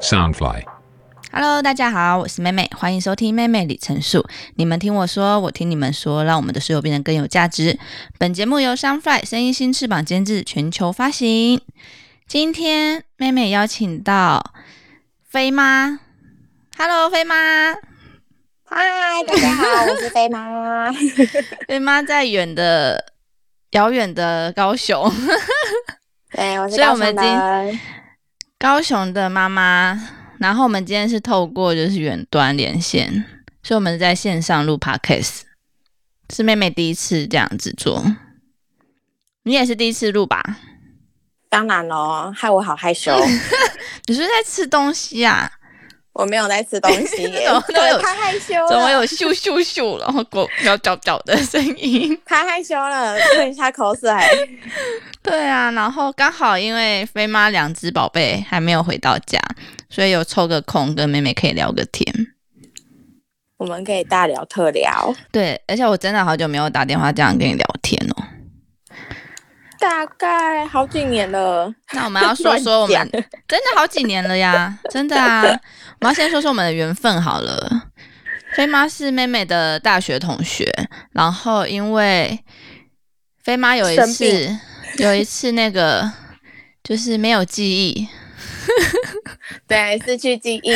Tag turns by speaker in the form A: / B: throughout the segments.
A: Soundfly.
B: Hello，大家好，我是妹妹，欢迎收听妹妹李成树。你们听我说，我听你们说，让我们的室友变得更有价值。本节目由 Sunfly 声音新翅膀监制，全球发行。今天妹妹邀请到飞妈，Hello，飞妈，
C: 嗨，大家好，我是飞妈。
B: 飞妈在远的遥远的高雄，
C: 对，我是
B: 所以我
C: 高
B: 们
C: 雄人。
B: 高雄的妈妈。然后我们今天是透过就是远端连线，所以我们在线上录 podcast，是妹妹第一次这样子做。你也是第一次录吧？
C: 当然咯，害我好害羞，
B: 你是不是在吃东西啊？
C: 我没有在吃东西耶
B: 怎么，都有
C: 对太害羞
B: 怎么
C: 了，
B: 有咻咻咻，然后狗脚脚脚的声音？
C: 太害羞了，吞一下口水。
B: 对啊，然后刚好因为飞妈两只宝贝还没有回到家，所以有抽个空跟妹妹可以聊个天。
C: 我们可以大聊特聊，
B: 对，而且我真的好久没有打电话这样跟你聊天哦。
C: 大概好几年了。
B: 那我们要说说我们
C: 乱
B: 真的好几年了呀，真的啊！我们要先说说我们的缘分好了。飞妈是妹妹的大学同学，然后因为飞妈有一
C: 生
B: 次有一次那个就是没有记忆，
C: 对，失去记忆，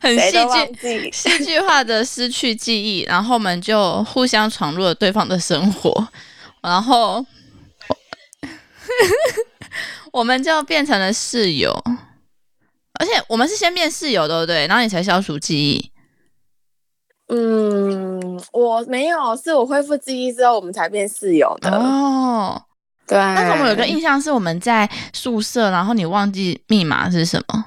B: 很戏
C: 谁都
B: 剧
C: 忘记。
B: 戏剧化的失去记忆，然后我们就互相闯入了对方的生活，然后我们就变成了室友，而且我们是先变室友，对不对？然后你才消除记忆。
C: 嗯，我没有，是我恢复记忆之后，我们才变室友的。
B: 哦，
C: 对，
B: 但是我们有个印象是我们在宿舍，然后你忘记密码是什么？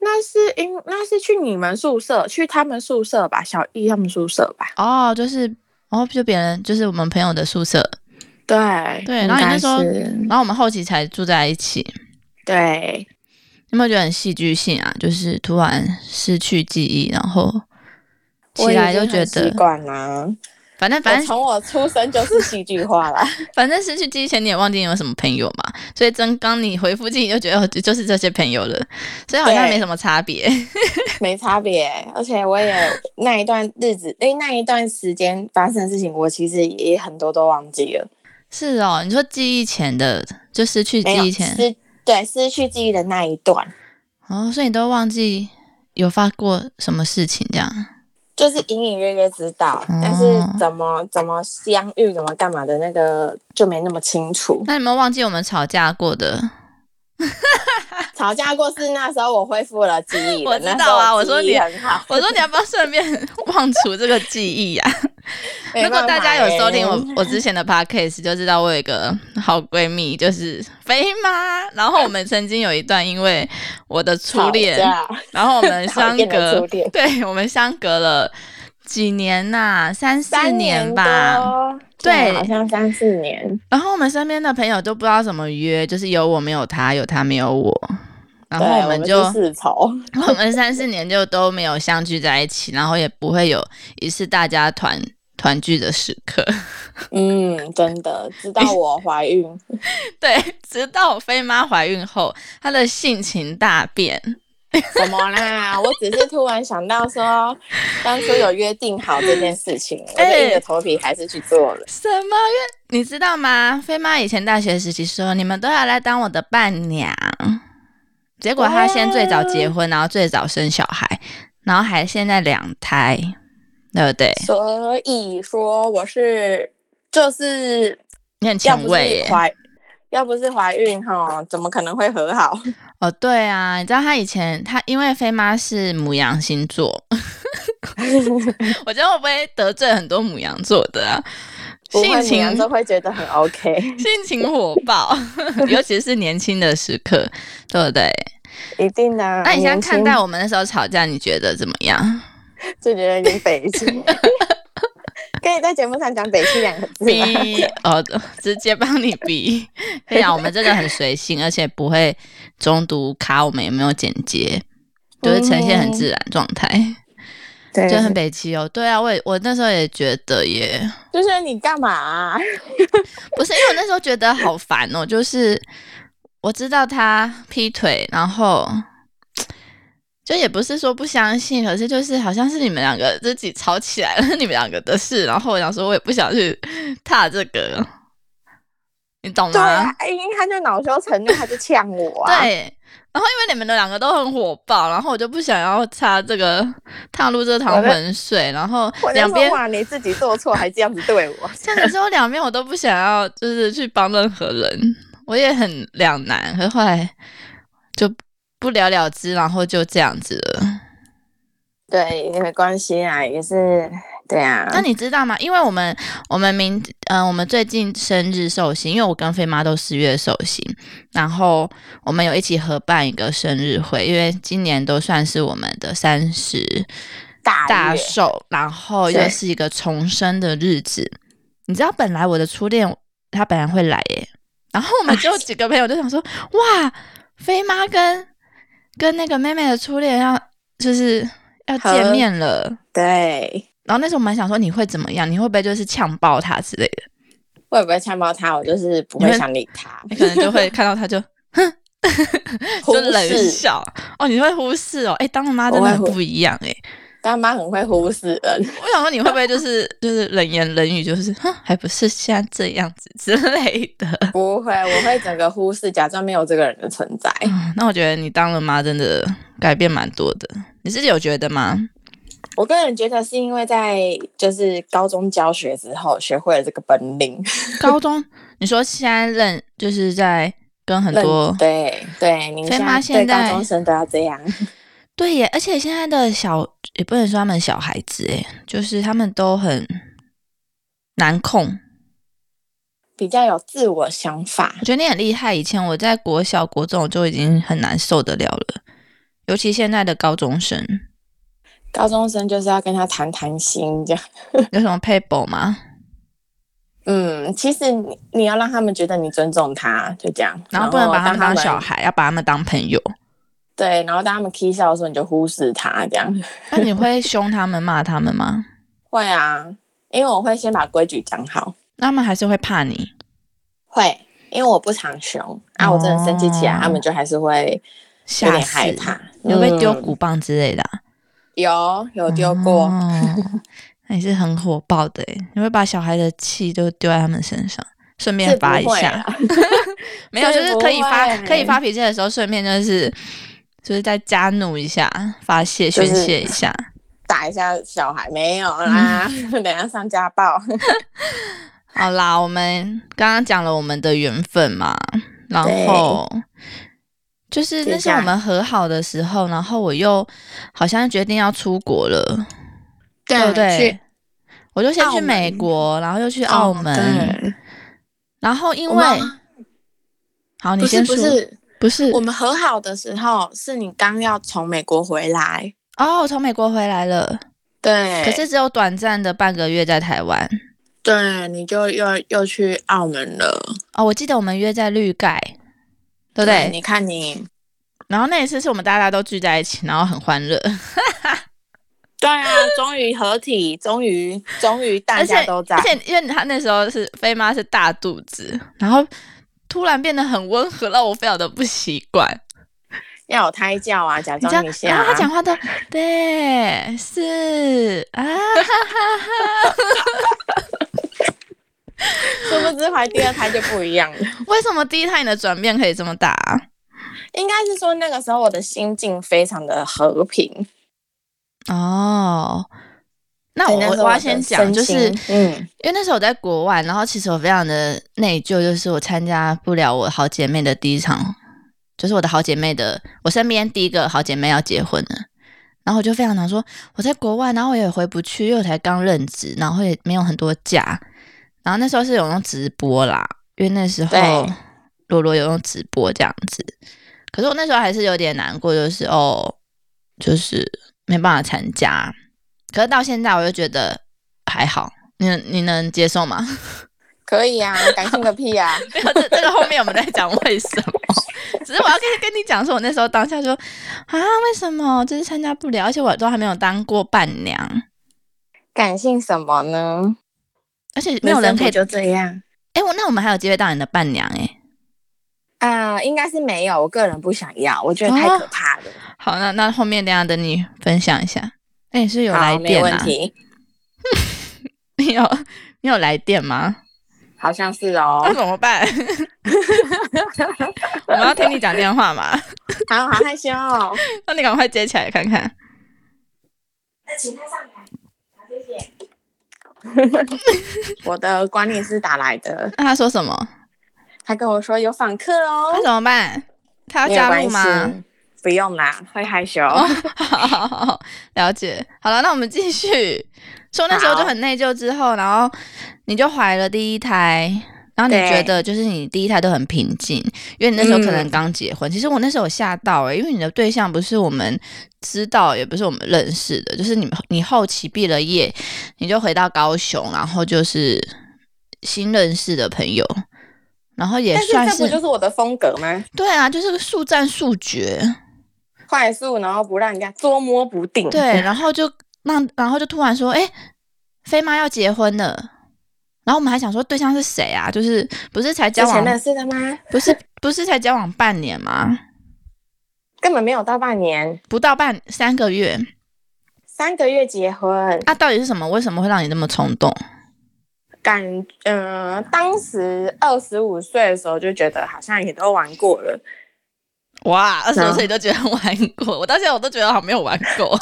C: 那是因那是去你们宿舍，去他们宿舍吧，小易他们宿舍吧。
B: 哦，就是哦，就别人就是我们朋友的宿舍，
C: 对
B: 对
C: 应
B: 然后你那
C: 该
B: 时候
C: 是
B: 然后我们后期才住在一起。
C: 对，
B: 有没有觉得很戏剧性啊？就是突然失去记忆，然后起
C: 我已
B: 来就
C: 经
B: 觉
C: 很习
B: 得，
C: 惯啦。
B: 反正 反
C: 我
B: 正
C: 从我出生就是戏剧化啦。
B: 反正失去记忆前你也忘记你有什么朋友嘛，所以真刚你回复记忆就觉得哦就是这些朋友了，所以好像
C: 对
B: 没什么差 别。
C: 没差别。而且我也那一段日子，哎、那一段时间发生的事情，我其实也很多都忘记了。
B: 是哦，你说记忆前的就失去记
C: 没有
B: 忆前
C: 失对失去记忆的那一段，
B: 哦，所以你都忘记有发过什么事情这样。
C: 就是隐隐约约知道，但是怎么怎么相遇、怎么干嘛的那个就没那么清 楚。
B: 那你有没有忘记我们吵架过的？
C: 吵架过是那时候我恢复了记忆了，
B: 我知道啊
C: 那时候
B: 我说
C: 记忆
B: 你
C: 很好。
B: 我说你要不要顺便 忘除这个记忆啊呀、
C: 欸没
B: 如果
C: 办
B: 大
C: 法
B: 家有收听
C: 欸
B: 我我之前的 podcast，就知道我有一个好闺蜜，就是飞妈。然后我们曾经有一段，因为我的初
C: 吵
B: 恋，
C: 架
B: 然后我们
C: 讨
B: 相
C: 厌的
B: 隔
C: 初恋，
B: 对我们相隔了几年呐、三四
C: 三
B: 年
C: 年
B: 吧。
C: 多，
B: 对
C: 好像三四年。
B: 然后我们身边的朋友都不知道怎么约，就是有我没有他，有他没有我。然后
C: 对
B: 我们就
C: 我是世仇，
B: 我们三四年就都没有相聚在一起，然后也不会有一次大家团团聚的时刻。
C: 嗯，真的，直到我 怀孕，
B: 对，直到飞妈怀孕后，她的性情大变。
C: 怎么啦？我只是突然想到说，当初有约定好这件事情，我就
B: 哎
C: 硬着头皮还是去做了。
B: 什么？因为你知道吗？飞妈以前大学时期说，你们都要来当我的伴娘。结果
C: 哦
B: 她先最早结婚，然后最早生小孩，然后还现在两胎，对不对？
C: 所以说，我是就是
B: 你很
C: 要
B: 前
C: 不
B: 卫
C: 是
B: 耶。
C: 怀，要不是怀孕哈，怎么可能会和好？
B: 哦，对啊，你知道她以前她因为飞妈是母羊星座， 我觉得我不会得罪很多母羊座的啊。
C: 不会
B: 性
C: 母
B: 情
C: 羊都会觉得很 OK，
B: 性情火爆， 尤其是年轻的时 刻，对不对？
C: 一定的、啊。
B: 那你现在看待
C: 到
B: 我们那时候吵架，你觉得怎么样？
C: 就觉得你北气，可以在节目上讲“北气”两个字吗？
B: 逼 哦，直接帮你 逼。可以啊，我们这个很随性，而且不会中途卡，我们也没有剪接，就是呈现很哦自然状态，
C: 对
B: 就很北齐哦。对啊，我也我那时候也觉得耶，
C: 就是你干嘛啊、
B: 不是因为我那时候觉得好烦哦，就是我知道他劈腿，然后就也不是说不相信，可是就是好像是你们两个自己吵起来了，你 们两个的事。然后我想说，我也不想去踏这个，你懂
C: 对
B: 吗
C: 啊？，因为他就恼羞成怒，他就呛我啊。
B: 对，然后因为你们的两个都很火爆，然后我就不想要擦这个踏入这
C: 我
B: 趟
C: 的
B: 浑水，然后
C: 我就
B: 两边
C: 说哇，你自己做错还这样子对我，
B: 这样子之后，两边我都不想要，就是去帮任何人，我也很两难。可是后来就不了了之，然后就这样子了。
C: 对，没关系啊，也是对啊。
B: 那你知道吗？因为我们我们明嗯、我们最近生日寿星，因为我跟飞妈都四月寿星，然后我们有一起合办一个生日会，因为今年都算是我们的三十
C: 大
B: 大
C: 月
B: 寿，然后又
C: 对
B: 是一个重生的日子。你知道，本来我的初恋他本来会来耶，然后我
C: 啊
B: 们就几个朋友就想说，哇，飞妈跟跟那个妹妹的初恋要就是要
C: 合
B: 见面了。
C: 对，
B: 然后那时候我们还想说你会怎么样，你会不会就是呛爆他之类的？
C: 我也不会呛爆他，我就是不会
B: 你会
C: 想 理他，
B: 你可能就会看到 他就
C: 忽
B: 哎就冷
C: 视
B: 笑哦，你会忽视哦，哎，当了妈真的
C: 我会
B: 很
C: 忽
B: 不一样哎。
C: 但妈很会忽视人。
B: 我想说你会不会就是就是冷言冷语，就是哼，还不是现在这样子之类的。
C: 不会，我会整个忽视，假装没有这个人的存在。
B: 嗯那我觉得你当了妈真的改变蛮多的，你自己有觉得 吗？
C: 我个人觉得是因为在就是高中教学之后，学会了这个本领。
B: 高中你说现在认就是在跟很
C: 认
B: 多
C: 对对，你
B: 所以
C: 现
B: 妈
C: 在
B: 现
C: 对
B: 在
C: 高中生都要这样。
B: 对耶，而且现在的小也不能说他们小孩子哎，就是他们都很难控。
C: 比较有自我想法，
B: 我觉得你很厉害，以前我在国小、国中我就已经很难受得了了，尤其现在的高中生，
C: 高中生就是要跟他谈谈心这样。
B: 有什么 paper 吗？
C: 嗯，其实你你要让他们觉得你尊重他，就这样。
B: 然后不能把他们
C: 当他
B: 当
C: 们
B: 小。孩，要把他们当朋友。
C: 对，然后当他们 k 笑的时候，你就忽视他这样。
B: 那你会凶他们、骂他们吗？
C: 会啊，因为我会先把规矩讲好。
B: 那他们还是会怕你。
C: 会，因为我不常凶啊，我真的生气起来，
B: 哦
C: 他们就还是会有
B: 吓
C: 点
B: 死
C: 害怕。
B: 你会被丢
C: 嗯
B: 鼓棒之类的、啊？
C: 有有丢过，
B: 哦那你是很火爆的诶，你会把小孩的气都丢在他们身上，顺便
C: 是不
B: 发一
C: 会
B: 下。
C: 啊。
B: 没有，就是可以发
C: 不会欸
B: 可以发脾气的时候，顺便就是就是再加怒一下，发泄
C: 就
B: 宣
C: 是
B: 泄一下。
C: 打一下小孩没有啦，
B: 嗯
C: 等一下上家暴。
B: 好啦，我们刚刚讲了我们的缘分嘛，然后就是那
C: 接
B: 是
C: 下来
B: 我们和好的时候，然后我又好像决定要出国了， 对不对
C: 去？
B: 我就先
C: 澳
B: 去
C: 门哦
B: 美国，然后又去澳门，
C: 对
B: 然后因
C: 我
B: 为
C: 们
B: 好，你
C: 不
B: 先
C: 是
B: 说，
C: 不是，
B: 不是
C: 我们和好的时候是你刚要从美国回来，
B: 哦，我从美国回来了，
C: 对，
B: 可是只有短暂的半个月在台湾
C: 对你就又又去澳门了，
B: 哦，我记得我们约在绿盖，对不对？
C: 嗯你看你，
B: 然后那一次是我们大家都聚在一起，然后很欢乐，
C: 对啊，终于合体，终于终于大
B: 而且
C: 家都在
B: 而，且因为他那时候是飞妈是大肚子，然后突然变得很温和，让我非常的不习惯。
C: 要有胎教啊，假
B: 你知道
C: 装一，下
B: 然
C: 啊、
B: 后他讲话都对是啊，
C: 殊不知怀第二胎就不一样了。
B: 为什么第一胎你的转变可以这么大、啊？
C: 应该是说那个时候我的心境非常的和平。
B: 哦，那我
C: 对那时候
B: 我要
C: 的
B: 先讲，就
C: 身
B: 是
C: 心嗯，
B: 因为那时候我在国外，然后其实我非常的内疚，就是我参加不了我好姐妹的第一场，就是我的好姐妹的，我身边第一个好姐妹要结婚了，然后我就非常想说我在国外，然后我也回不去，因为我才刚任职，然后也没有很多假，然后那时候是有用直播啦，因为那时候
C: 对
B: 罗罗有用直播这样子，可是我那时候还是有点难过，就是哦，就是没办法参加，可是到现在我就觉得还好。你你能接受吗？
C: 可以啊，感性个屁啊！
B: 没有，这这个后面我们再讲为什么。只是我要跟跟你讲说，我那时候当下说啊，为什么就是参加不了，而且我都还没有当过伴娘，
C: 感性什么呢？
B: 而且没有人可以
C: 人生不。就这样
B: 哎、我那我们还有机会当你的伴娘哎、哦
C: 啊、应该是没有。我个人不想要，我觉得太可怕了。
B: 好，那那后面等一下等你分享一下。哎，你是有来
C: 好，没
B: 电
C: 问
B: 啊？
C: 题，
B: 你有你有来电吗？
C: 好像是
B: 那
C: 哦。
B: 怎么办？我们要听你讲电话嘛？
C: 好好害羞哦。
B: 那你赶快接起来看看。
C: 我的管理是打来的，
B: 那他说什么？
C: 他跟我说有访客
B: 那
C: 哦，
B: 怎么办？ 他要
C: 没有
B: 加
C: 关
B: 入吗？
C: 系，不用啦，会害羞。
B: 哦，好好好好， 了解。好了，那我们继续说，那时候就很内疚，之后然后你就怀了第一胎，然后你
C: 对
B: 觉得就是你第一胎都很平静，因为你那时候可能
C: 嗯
B: 刚结婚。其实我那时候有吓到欸诶、因为你的对象不是我们知道，也不是我们认识的，就是你们你后期毕了业，你就回到高雄，然后就是新认识的朋友。然后也
C: 但是
B: 算
C: 这不就是我的风格吗？
B: 对啊，就是速战速决。
C: 快速，然后不让人家捉摸不定。
B: 对，，然后就那，然后就突然说，哎、飞妈要结婚了。然后我们还想说对象是谁啊？就是不是才交
C: 之前
B: 往，
C: 认识的吗？
B: 不是不是才交往半年吗？
C: 根本没有到半年，
B: 不到半三个月，
C: 三个月结婚，
B: 啊，到底是什么？为什么会让你那么冲动？
C: 感嗯、当时二十五岁的时候就觉得好像也都玩过了，
B: 哇，二十多
C: 啊
B: 岁你都觉得玩过，我到现在我都觉得好像没有玩过。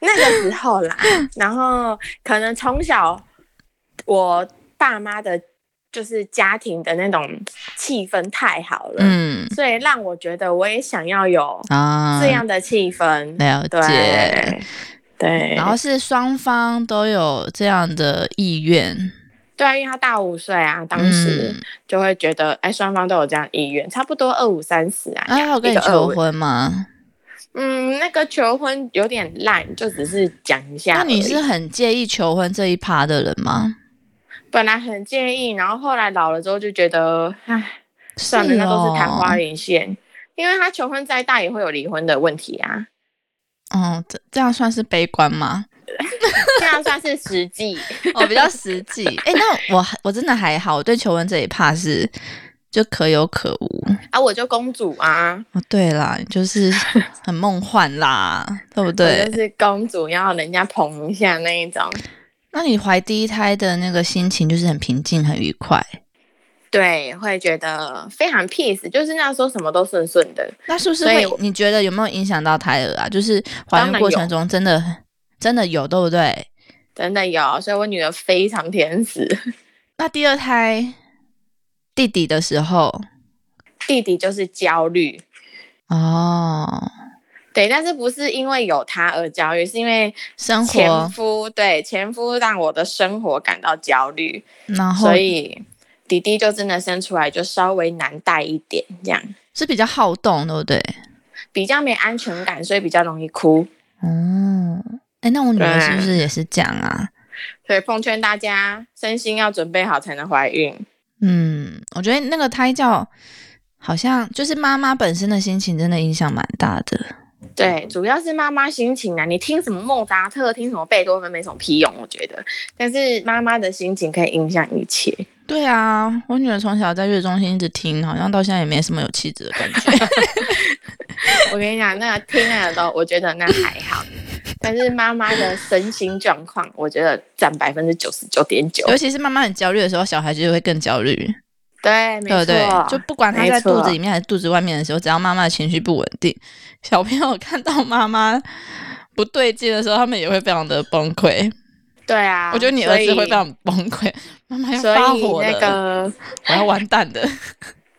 C: 那个时候 啦，然后可能从小我爸妈的，就是家庭的那种气氛太好了，
B: 嗯
C: 所以让我觉得我也想要有
B: 啊，
C: 这样的气氛。
B: 了解。
C: 对，对，
B: 然后是双方都有这样的意愿，
C: 对啊，因为他大五岁啊，当时
B: 嗯，
C: 就会觉得，哎、双方都有这样意愿，差不多二五三十啊。
B: 哎、啊，我跟
C: 一
B: 你
C: 个二
B: 求
C: 五
B: 婚吗？
C: 嗯，那个求婚有点烂，就只是讲一下
B: 那
C: 而已。
B: 你是很介意求婚这一趴的人吗？
C: 本来很介意，然后后来老了之后就觉得，唉，算了，那都是昙花
B: 哦。
C: 一现。因为他求婚再大也会有离婚的问题啊，
B: 哦，这这样算是悲观 吗？
C: 这样算是 实际。
B: 我、比较实际。哎、那我我真的还好，我对求婚这一趴是就可有可无。
C: 啊，我就公主啊，
B: 哦，对啦，就是很梦幻啦，对不
C: 我
B: 对
C: 就？是公主，要人家捧一下那一种。
B: 那你怀第一胎的那个心情就是很平静、很愉快。
C: 对，会觉得非常 peace，就是那时候什么都顺顺的。
B: 那是不是
C: 所
B: 会
C: 以我？
B: 你觉得有没有影响到胎儿啊？就是怀
C: 当
B: 孕
C: 然
B: 过
C: 有
B: 程中真的真的有，对不对？
C: 真的有，所以我女儿非常天使。
B: 那第二胎弟弟的时候，
C: 弟弟就是焦虑，
B: 哦，
C: 对，但是不是因为有他而焦虑，是因为
B: 生
C: 前
B: 活，
C: 夫对前夫让我的生活感到焦虑，
B: 然后
C: 所以弟弟就真的生出来就稍微难带一点，这样
B: 是比较好动，对不对？
C: 比较没安全感，所以比较容易哭。
B: 哦，哎，那我女儿
C: 对
B: 是不是也是这样啊？
C: 所以奉劝大家，身心要准备好才能怀孕。
B: 嗯，我觉得那个胎教好像就是妈妈本身的心情真的影响蛮大的。
C: 对，主要是妈妈心情啊，你听什么莫扎特，听什么贝多芬没什么屁用，我觉得。但是妈妈的心情可以影响一切。
B: 对啊，我女儿从小在月中心一直听，好像到现在也没什么有气质的感觉。
C: 我跟你讲，那个听那个都，我觉得那还好。但是妈妈的身心状况，我觉得占百分之九十九点九。
B: 尤其是妈妈很焦虑的时候，小孩就会更焦虑，
C: 对，没
B: 对不
C: 错，
B: 对？就不管他在
C: 没错
B: 肚子里面还是肚子外面的时候，只要妈妈的情绪不稳定，小朋友看到妈妈不对劲的时候，他们也会非常的崩溃。
C: 对啊。
B: 我觉得你儿子会非常崩溃，妈妈要
C: 所以
B: 发
C: 所以
B: 火了，
C: 那个
B: 我要完蛋的。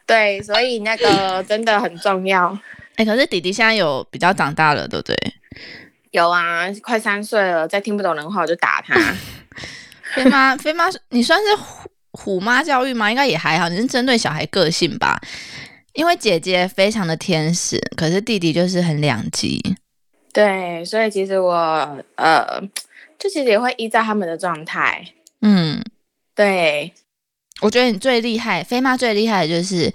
C: 对，所以那个真的很重要。
B: 哎、可是弟弟现在有比较长大了，对不 对？
C: 有啊，快三岁了，再听不懂人话我就 打他。
B: 飞妈，飞妈，你算是虎虎妈教育吗？应该也还好，你是针对小孩个性吧？因为姐姐非常的天使，可是弟弟就是很两极。
C: 对，所以其实我呃，就其实也会依照他们的状态。
B: 嗯，
C: 对，
B: 我觉得你最厉害，飞妈最厉害的就是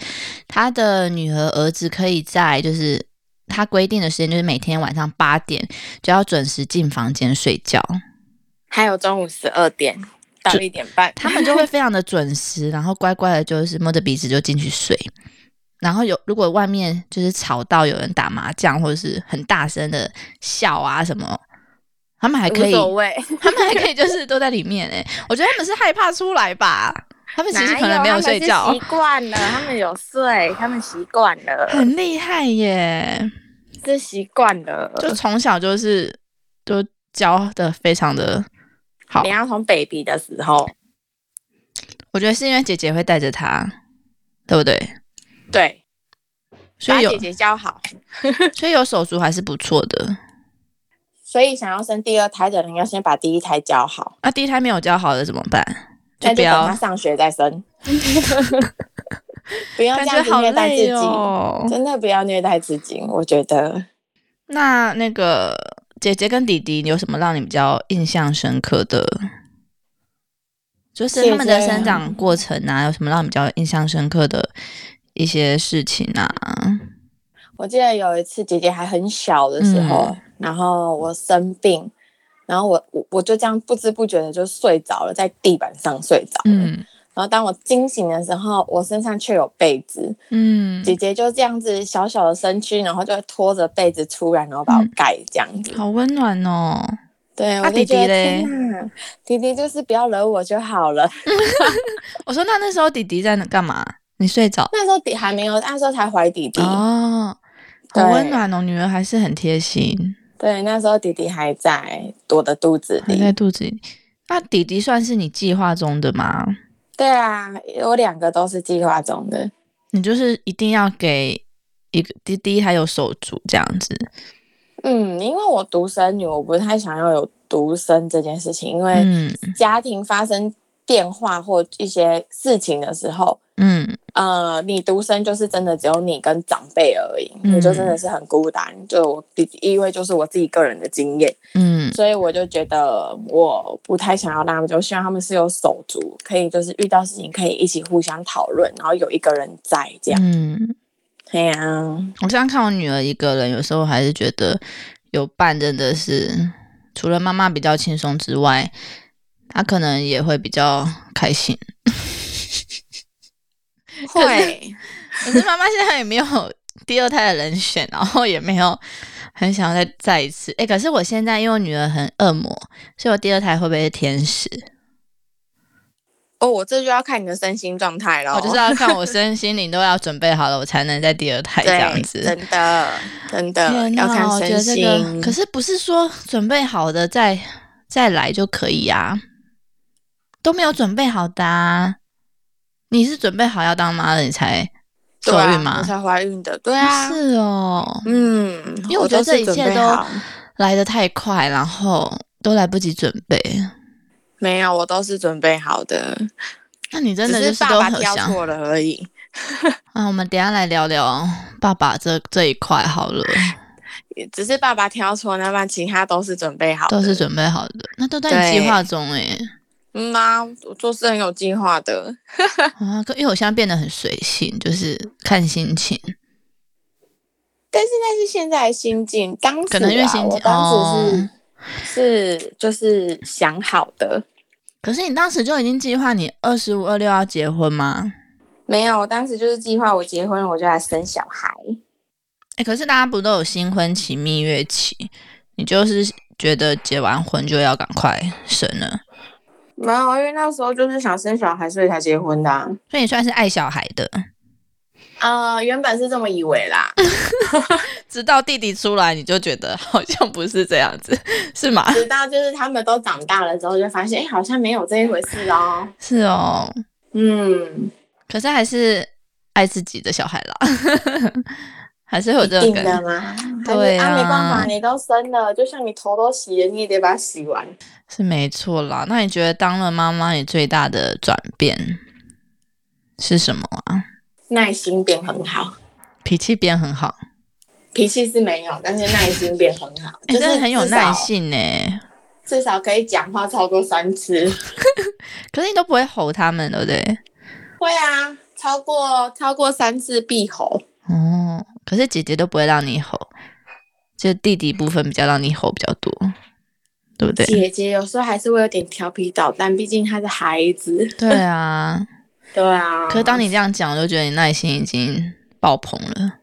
B: 她的女儿儿子可以在就是她规定的时间，就是每天晚上八点就要准时进房间睡觉。
C: 还有中午十二点到一点半，
B: 他们就会非常的准时，然后乖乖的，就是摸着鼻子就进去睡。然后有如果外面就是吵到有人打麻将或者是很大声的笑啊什么，他们还可
C: 无
B: 以，
C: 所谓。
B: 他们还可以就是都在里面哎、我觉得他们是害怕出来吧，他们其实可能没
C: 哪有
B: 睡觉，
C: 他们是习惯了，他们有睡，他们习惯了，
B: 很厉害耶！
C: 是习惯了。
B: 就从小就是都教的非常的好
C: 你，要从 baby 的时候，
B: 我觉得是因为姐姐会带着他，对不对？
C: 对，
B: 所
C: 把
B: 以有
C: 姐姐教好。
B: 所以有手足还是不错的。
C: 所以想要生第二胎的人，要先把第一胎教好，
B: 那、啊第一胎没有教好的怎么办？不
C: 那哎就等
B: 要
C: 他，上学 再生。不要
B: 感
C: 这
B: 觉
C: 样子
B: 好
C: 虐待自
B: 累
C: 己，
B: 哦。
C: 真的不要虐待自己。我觉得
B: 那那个姐姐跟弟弟有什么让你比较印象深刻的？就是他们的
C: 姐姐
B: 生长过程啊，有什么让你比较印象深刻的一些事情啊？
C: 我记得有一次姐姐还很小的时候，
B: 嗯
C: 然后我生病，然后我我我就这样不知不觉的就睡着了，在地板上睡着。嗯，
B: 嗯
C: 然后当我惊醒的时候，我身上却有被子。
B: 嗯，
C: 姐姐就这样子小小的身躯，然后就拖着被子出来，然后把我
B: 嗯
C: 盖这样子。
B: 好温暖哦。
C: 对，
B: 啊
C: 我就觉得
B: 弟弟嘞
C: 天哪，弟弟就是不要惹我就好了。
B: 我说那那时候弟弟在那干嘛？你睡着
C: 那时候弟还没有，那时候才怀弟弟。
B: 哦，好
C: 对
B: 温暖哦，女儿还是很贴心，
C: 对，那时候弟弟还在我的肚子
B: 还
C: 里。
B: 在肚子里。那弟弟算是你计划中的吗？
C: 对啊，我两个都是计划中的。
B: 你就是一定要给一个弟弟还有手足这样子，
C: 嗯，因为我独生女，我不太想要有独生这件事情，因为
B: 嗯
C: 家庭发生变化或一些事情的时候，
B: 嗯
C: 呃，你独生就是真的只有你跟长辈而已，
B: 嗯
C: 你就真的是很孤单。就我弟弟，因为就是我自己个人的经验，
B: 嗯
C: 所以我就觉得我不太想要让他们，就希望他们是有手足，可以就是遇到事情可以一起互相讨论，然后有一个人在这样。
B: 嗯。
C: 对呀、
B: 我这样看我女儿一个人，有时候还是觉得有伴真的是除了妈妈比较轻松之外，她可能也会比较开心。
C: 会，
B: 可是妈妈现在也没有第二胎的人选，然后也没有很想要再再一次。哎、可是我现在因为我女儿很恶魔，所以我第二胎会不会是天使？
C: 哦，我这就要看你的身心状态了。
B: 我哦就是要看我身心灵都要准备好了，我才能在第二胎这
C: 对，
B: 样子。
C: 真的真的
B: 天
C: 要
B: 哪
C: 看
B: 我觉得
C: 身
B: 这个
C: 心。
B: 可是不是说准备好的再再来就可以啊？都没有准备好的、啊，你是准备好要当妈了，你才受
C: 对啊
B: 孕
C: 我
B: 吗？
C: 才怀孕的，对啊，
B: 是哦，
C: 嗯，
B: 因为
C: 我
B: 我觉得
C: 都
B: 这
C: 是
B: 一
C: 准
B: 切
C: 备
B: 都
C: 好，
B: 来得太快，然后都来不及准备。
C: 没有，我都是准备好的，
B: 那你真的
C: 只
B: 就是
C: 爸
B: 都
C: 爸
B: 很
C: 挑
B: 想
C: 错了而已。
B: 啊！我们等一下来聊聊爸爸这这一块好了，
C: 只是爸爸挑错，那么其他都是准备好的，
B: 都是准备好的，那都在你
C: 对
B: 计划中欸 诶、
C: 嗯啊，我做事很有计划的。
B: 啊，可因为我现在变得很随性，就是看心情。
C: 但是那是现在的心境，当时、啊、
B: 可能因为心
C: 我
B: 境
C: 当时是、
B: 哦
C: 是就是想好的，
B: 可是你当时就已经计划你二十五、二六要结婚吗？
C: 没有，我当时就是计划我结婚我就来生小孩。
B: 哎、可是大家不都有新婚期、蜜月期？你就是觉得结完婚就要赶快生了，
C: 没有，因为那时候就是想生小孩，所以才结婚的、啊。
B: 所以你算是爱小孩的。
C: 呃，原本是这么以为啦，
B: 直到弟弟出来，你就觉得好像不是这样子， 是吗？
C: 直到就是他们都长大了之后，就发现哎、诶好像没有这一回事哦。
B: 是哦，
C: 嗯，
B: 可是还是爱自己的小孩啦， 还是会有这种
C: 定
B: 感觉
C: 的。吗？
B: 对
C: 啊，
B: 啊
C: 啊没办法，你都生了，就像你头都洗了，你也得把它洗完。
B: 是没错啦。那你觉得当了妈妈，你最大的转变是什么啊？
C: 耐心变很好，
B: 脾气变很好，
C: 脾气是没有，但是耐心变很好，
B: 你、
C: 就
B: 哎欸
C: 是
B: 真的很有
C: 至少
B: 耐，性欸呢、
C: 至少可以讲话超过三次。
B: 可是你都不会吼他们，对不对？
C: 会啊，超过超过三次必吼。
B: 哦，可是姐姐都不会让你吼，就弟弟部分比较让你吼比较多，对不对？
C: 姐姐有时候还是会有点调皮捣蛋，毕竟她是孩子。
B: 对啊。
C: 对啊，
B: 可是当你这样讲，我就觉得你耐心已经爆棚了。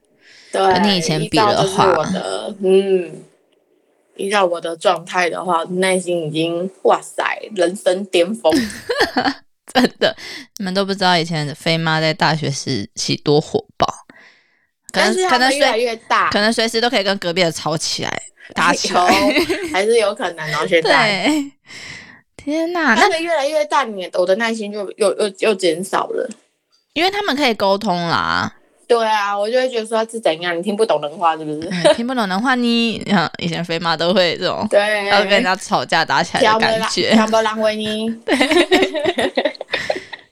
C: 对，
B: 你以前比的话
C: 依照就是我的嗯，依照我的状态的话，内心已经哇塞，人生巅峰。
B: 真的，你们都不知道以前的飞妈在大学时期多火爆，可能
C: 但是
B: 可
C: 他
B: 能
C: 们越来
B: 随
C: 越大，
B: 可能随时都可以跟隔壁的吵起 来，打起
C: 球
B: 来。
C: 还是有可能哦。现在
B: 对，天哪，那
C: 他们越来越大，你我的耐心就又又又减少了。
B: 因为他们可以沟通啦，
C: 对啊，我就会觉得说是怎样，你听不懂人话是不是？
B: 嗯听不懂的话你，嗯以前飞妈都会这种
C: 对，
B: 要跟人家吵架打起来
C: 挑
B: 的
C: 拨
B: 感
C: 浪
B: 觉。
C: 挑拨浪为 你。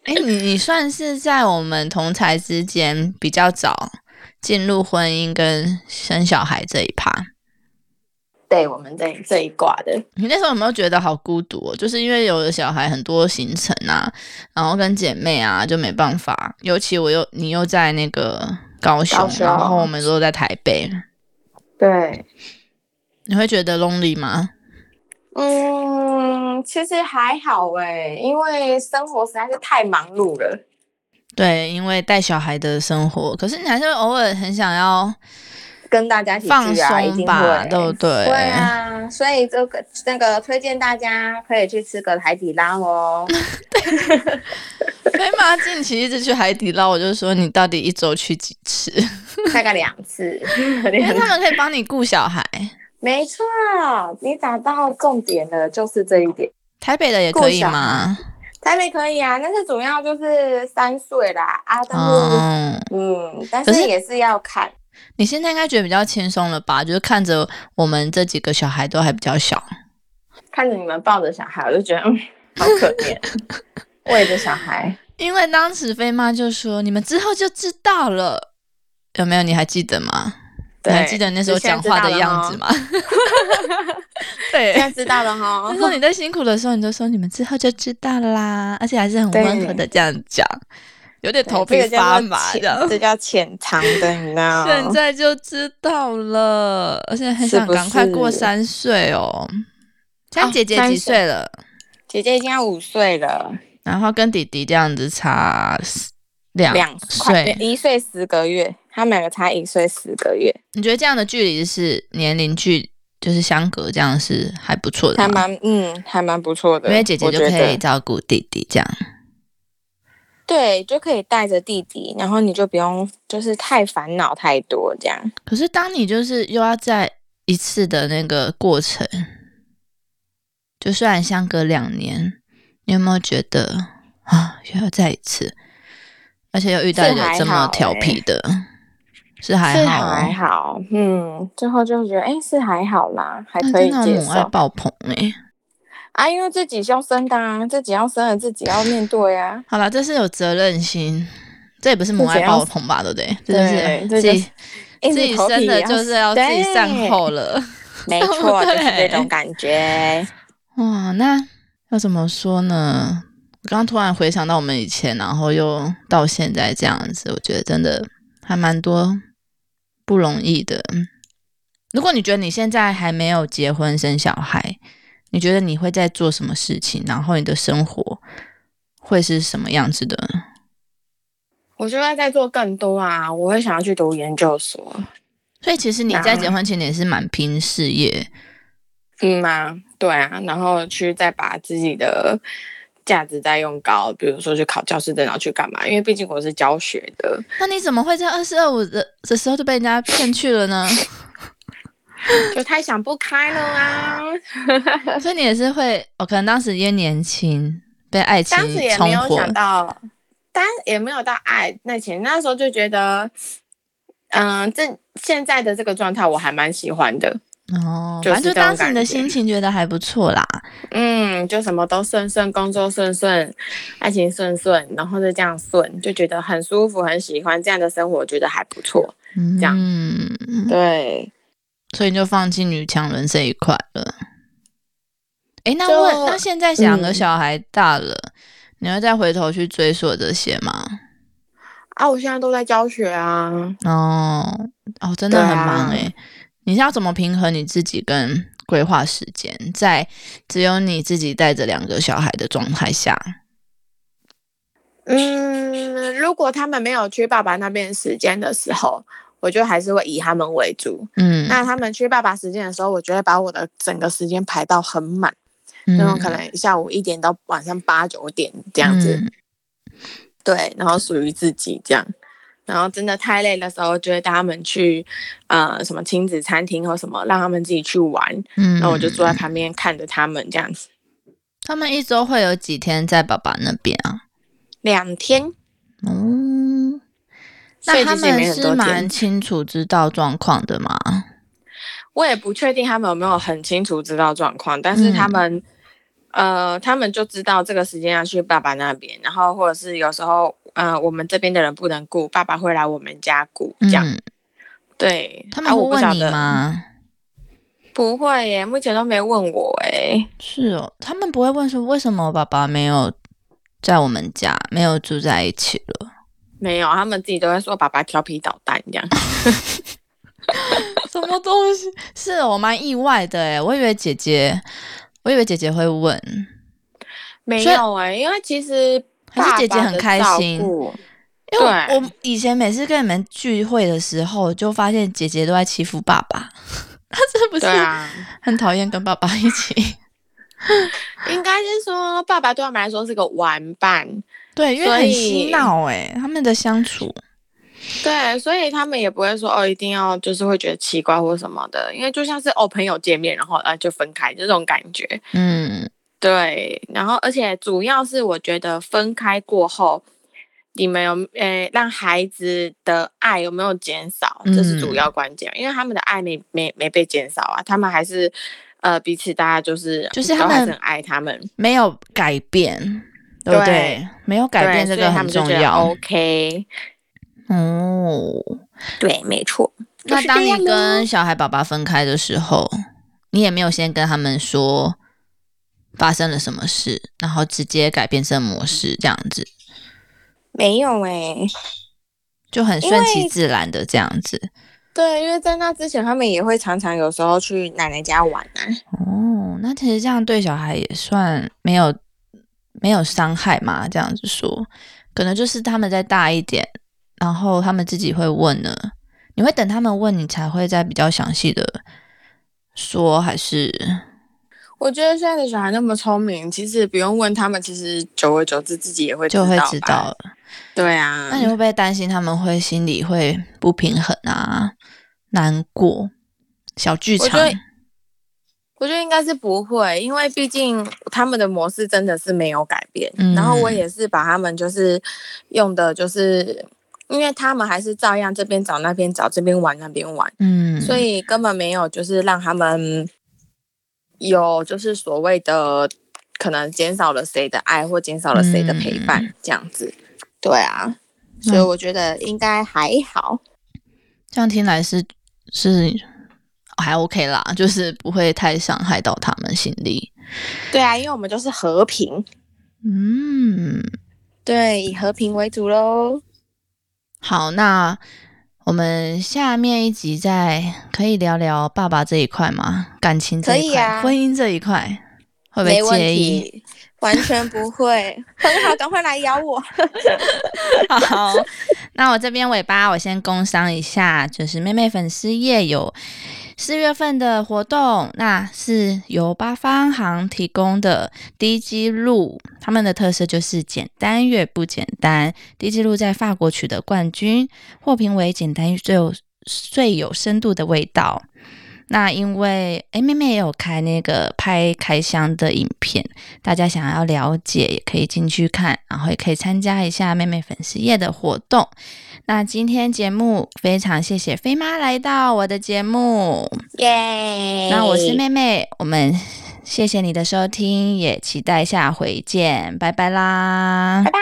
B: 哎、你你算是在我们同才之间比较早进入婚姻跟生小孩这一趴。
C: 对我们这这一挂的，
B: 你那时候有没有觉得好孤独、哦？就是因为有了小孩，很多行程啊，然后跟姐妹啊，就没办法。尤其我又你又在那个高雄，
C: 高雄
B: 然后我们都在台北，
C: 对，
B: 你会觉得 lonely 吗？
C: 嗯，其实还好哎、因为生活实在是太忙碌了。
B: 对，因为带小孩的生活，可是你还是偶尔很想要
C: 跟大家一起
B: 放
C: 聚啊，一
B: 松
C: 定
B: 吧，
C: 会，
B: 对不对？
C: 对啊，所以这个那个推荐大家可以去吃个海底捞哦。
B: 飞妈近期一直去海底捞，我就说你到底一周去几次？
C: 大概两次，
B: 因为他们可以帮你顾小孩，
C: 没错，你打到重点了，就是这一点。
B: 台北的也可以吗？
C: 台北可以啊，但是主要就是三岁啦啊，但是
B: 嗯，
C: 嗯但
B: 可是
C: 是也是要看，
B: 你现在应该觉得比较轻松了吧？就是看着我们这几个小孩都还比较小，
C: 看着你们抱着小孩，我就觉得嗯，好可 怜，喂着小孩。
B: 因为当时飞妈就说你们之后就知道了，有没有？你还记得吗？你
C: 对，
B: 还记得那时候讲话的样子吗？ 对，
C: 现在知道了
B: 他
C: 哈。
B: 说你在辛苦的时候，你就说你们之后就知道 啦，而且还是很温和的这样讲，有点头皮
C: 对这个叫
B: 发
C: 做
B: 麻
C: 潜
B: 这样。
C: 这叫潜藏的，你知道
B: 现
C: 吗？
B: 在就知道了，而且很
C: 是
B: 想
C: 不
B: 赶快过
C: 是
B: 三岁哦。现在
C: 哦
B: 姐姐
C: 三
B: 几
C: 岁
B: 岁了？
C: 姐姐已经要五岁了，
B: 然后跟弟弟这样子差四两
C: 两快
B: 岁，
C: 一岁十个月，他们两个差一岁十个月，
B: 你觉得这样的距离是年龄距就是相隔这样是还不错的
C: 还
B: 吗？
C: 蛮嗯，还蛮不错的。
B: 因为姐姐
C: 我
B: 就
C: 觉
B: 可
C: 得
B: 以照顾弟弟这样。
C: 对，就可以带着弟弟，然后你就不用就是太烦恼太多这样。
B: 可是当你就是又要在一次的那个过程，就虽然相隔两年，你有没有觉得啊，又要再一次，而且又遇到
C: 是
B: 一个
C: 还
B: 这么
C: 好
B: 调
C: 欸
B: 皮的，是还
C: 是
B: 好哦、
C: 还好，嗯，最后就觉得哎、是还好啦，还
B: 但
C: 可以
B: 真的
C: 接
B: 母爱
C: 受
B: 爆棚哎、
C: 啊，因为自己要生的啊，自己要生了，自己要面对啊。
B: 好了，这是有责任心，这也不是母
C: 自己
B: 爱
C: 要
B: 爆棚吧，对不对？
C: 对
B: 这就是自
C: 这就
B: 己
C: 是硬
B: 自
C: 着
B: 己
C: 哎头
B: 生
C: 皮
B: 的，
C: 要
B: 就是要自己善
C: 对
B: 后了。
C: 没 错，
B: 对
C: 就是这种感觉。
B: 哇，那要怎么说呢？我刚刚突然回想到我们以前，然后又到现在这样子，我觉得真的还蛮多不容易的。嗯如果你觉得你现在还没有结婚生小孩，你觉得你会在做什么事情？然后你的生活会是什么样子的？
C: 我就会在做更多啊，我会想要去读研究所。
B: 所以其实你
C: 那
B: 在结婚前你也是蛮拼事业，
C: 嗯啊，对啊，然后去再把自己的价值再用高，比如说去考教师证，然后去干嘛？因为毕竟我是教学的，
B: 那你怎么会在二十二五的的时候就被人家骗去了呢？
C: 就太想不开了啊。
B: 所以你也是会，哦，可能当时因为年轻被爱情
C: 当时也没
B: 冲
C: 有
B: 昏
C: 想，到，当也没有到爱那前，那时候就觉得，嗯、这现在的这个状态我还蛮喜欢的。
B: 哦，
C: 就
B: 反正就
C: 是这种
B: 当时你的
C: 感觉
B: 心情觉得还不错啦。
C: 嗯，就什么都顺顺，工作顺顺，爱情顺顺，然后就这样顺，就觉得很舒服，很喜欢这样的生活，觉得还不错。
B: 嗯，
C: 这样对，
B: 所以你就放弃女强人这一块了。诶，那
C: 就
B: 问，那现在两个
C: 嗯
B: 小孩大了，你会再回头去追溯这些吗？
C: 啊，我现在都在教学啊，
B: 哦，哦，真的
C: 对
B: 很忙
C: 啊
B: 诶。你是要怎么平衡你自己跟规划时间，在只有你自己带着两个小孩的状态下？
C: 嗯，如果他们没有去爸爸那边时间的时候，我就还是会以他们为主。
B: 嗯，
C: 那他们去爸爸时间的时候，我就会把我的整个时间排到很满，
B: 嗯
C: 那种可能下午一点到晚上八九点这样子。
B: 嗯
C: 对，然后属于自己这样。然后真的太累的时候，就会带他们去，呃，什么亲子餐厅或什么，让他们自己去玩。
B: 嗯，
C: 那我就坐在旁边看着他们这样子。
B: 他们一周会有几天在爸爸那边啊？
C: 两天，
B: 哦，
C: 所
B: 那
C: 以
B: 他
C: 其实也
B: 们
C: 没很
B: 是
C: 多
B: 蛮
C: 天。
B: 清楚知道状况的嘛？
C: 我也不确定他们有没有很清楚知道状况，但是
B: 嗯
C: 他们，呃，他们就知道这个时间要去爸爸那边，然后或者是有时候，呃，我们这边的人不能顾，爸爸会来我们家顾这样。
B: 嗯，
C: 对，
B: 他
C: 啊
B: 们会
C: 我不晓
B: 问你
C: 得
B: 吗？
C: 不会耶，目前都没问我哎。
B: 是哦，他们不会问说为什么爸爸没有在我们家，没有住在一起了，
C: 没有，他们自己都会说爸爸调皮捣蛋这样。
B: 什么东西？是哦我蛮意外的诶，我以为姐姐，我以为姐姐会问，
C: 没
B: 所以
C: 有哎、因为其实
B: 还是
C: 爸
B: 姐姐
C: 爸
B: 很
C: 的
B: 开
C: 照
B: 心
C: 顾
B: 因为我
C: 对
B: 我以前每次跟你们聚会的时候，就发现姐姐都在欺负爸爸， 她是不是
C: 对啊，
B: 很讨厌跟爸爸一起？
C: 应该是说爸爸对他们来说是个玩伴，
B: 对，因为
C: 所
B: 很
C: 以
B: 嬉闹
C: 欸
B: 诶，他们的相处，
C: 对，所以他们也不会说哦，一定要就是会觉得奇怪或什么的，因为就像是哦朋友见面，然后啊就分开这种感觉。
B: 嗯
C: 对，然后而且主要是我觉得分开过后，你们有诶、让孩子的爱有没有减少，这是主
B: 嗯
C: 要关键，因为他们的爱没没没被减少啊，他们还是呃彼此大家就是
B: 就是他
C: 都还
B: 们
C: 很爱他们，
B: 没有改变，对不对？
C: 对
B: 没有改变
C: 对
B: 这
C: 所以
B: 个
C: 他
B: 很
C: 们就
B: 重
C: 觉得
B: 要
C: OK，
B: 哦。
C: 对，没错。就
B: 那
C: 是
B: 当
C: 这
B: 你
C: 样咯
B: 跟小孩爸爸分开的时候，你也没有先跟他们说发生了什么事，然后直接改变这模式，这样子
C: 没有哎、
B: 就很
C: 因
B: 顺其
C: 为
B: 自然的这样子。
C: 对，因为在那之前他们也会常常有时候去奶奶家玩啊，
B: 哦，那其实这样对小孩也算没有没有伤害嘛？这样子说，可能就是他们再大一点，然后他们自己会问呢。你会等他们问你才会再比较详细的说，还是
C: 我觉得现在的小孩那么聪明，其实不用问他们，其实久而久之自己也会
B: 就会
C: 吧
B: 知道了。
C: 对啊，
B: 那你会不会担心他们会心里会不平衡啊、难过？小剧
C: 我
B: 场
C: 觉，得我觉得应该是不会，因为毕竟他们的模式真的是没有改变。
B: 嗯
C: 然后我也是把他们就是用的，就是因为他们还是照样这边找那边找，这边玩那边玩，
B: 嗯，
C: 所以根本没有就是让他们有就是所谓的可能减少了谁的爱或减少了谁的陪伴、
B: 嗯
C: 这样子。对啊，所以我觉得应该还好。
B: 这样听来是是还 OK 啦，就是不会太伤害到他们心里。
C: 对啊，因为我们就是和平，
B: 嗯，
C: 对，以和平为主喽。
B: 好，那我们下面一集再可以聊聊爸爸这一块吗？感情这一
C: 可以
B: 块，
C: 啊
B: 婚姻这一块，会不
C: 没
B: 会
C: 问
B: 介意？
C: 题，完全不会，很好，赶快来咬我。
B: 好，那我这边尾巴我先工商一下，就是妹妹粉丝页有四月份的活动，那是由八方行提供的低基路，他们的特色就是简单越不简单。低基路在法国取得冠军，获评为简单最有最有深度的味道。那因为诶，妹妹也有开那个拍开箱的影片，大家想要了解，也可以进去看，然后也可以参加一下妹妹粉丝页的活动。那今天节目非常谢谢飞妈来到我的节目，
C: 耶
B: 那我是，妹妹，我们谢谢你的收听，也期待下回见，拜拜啦，
C: 拜拜。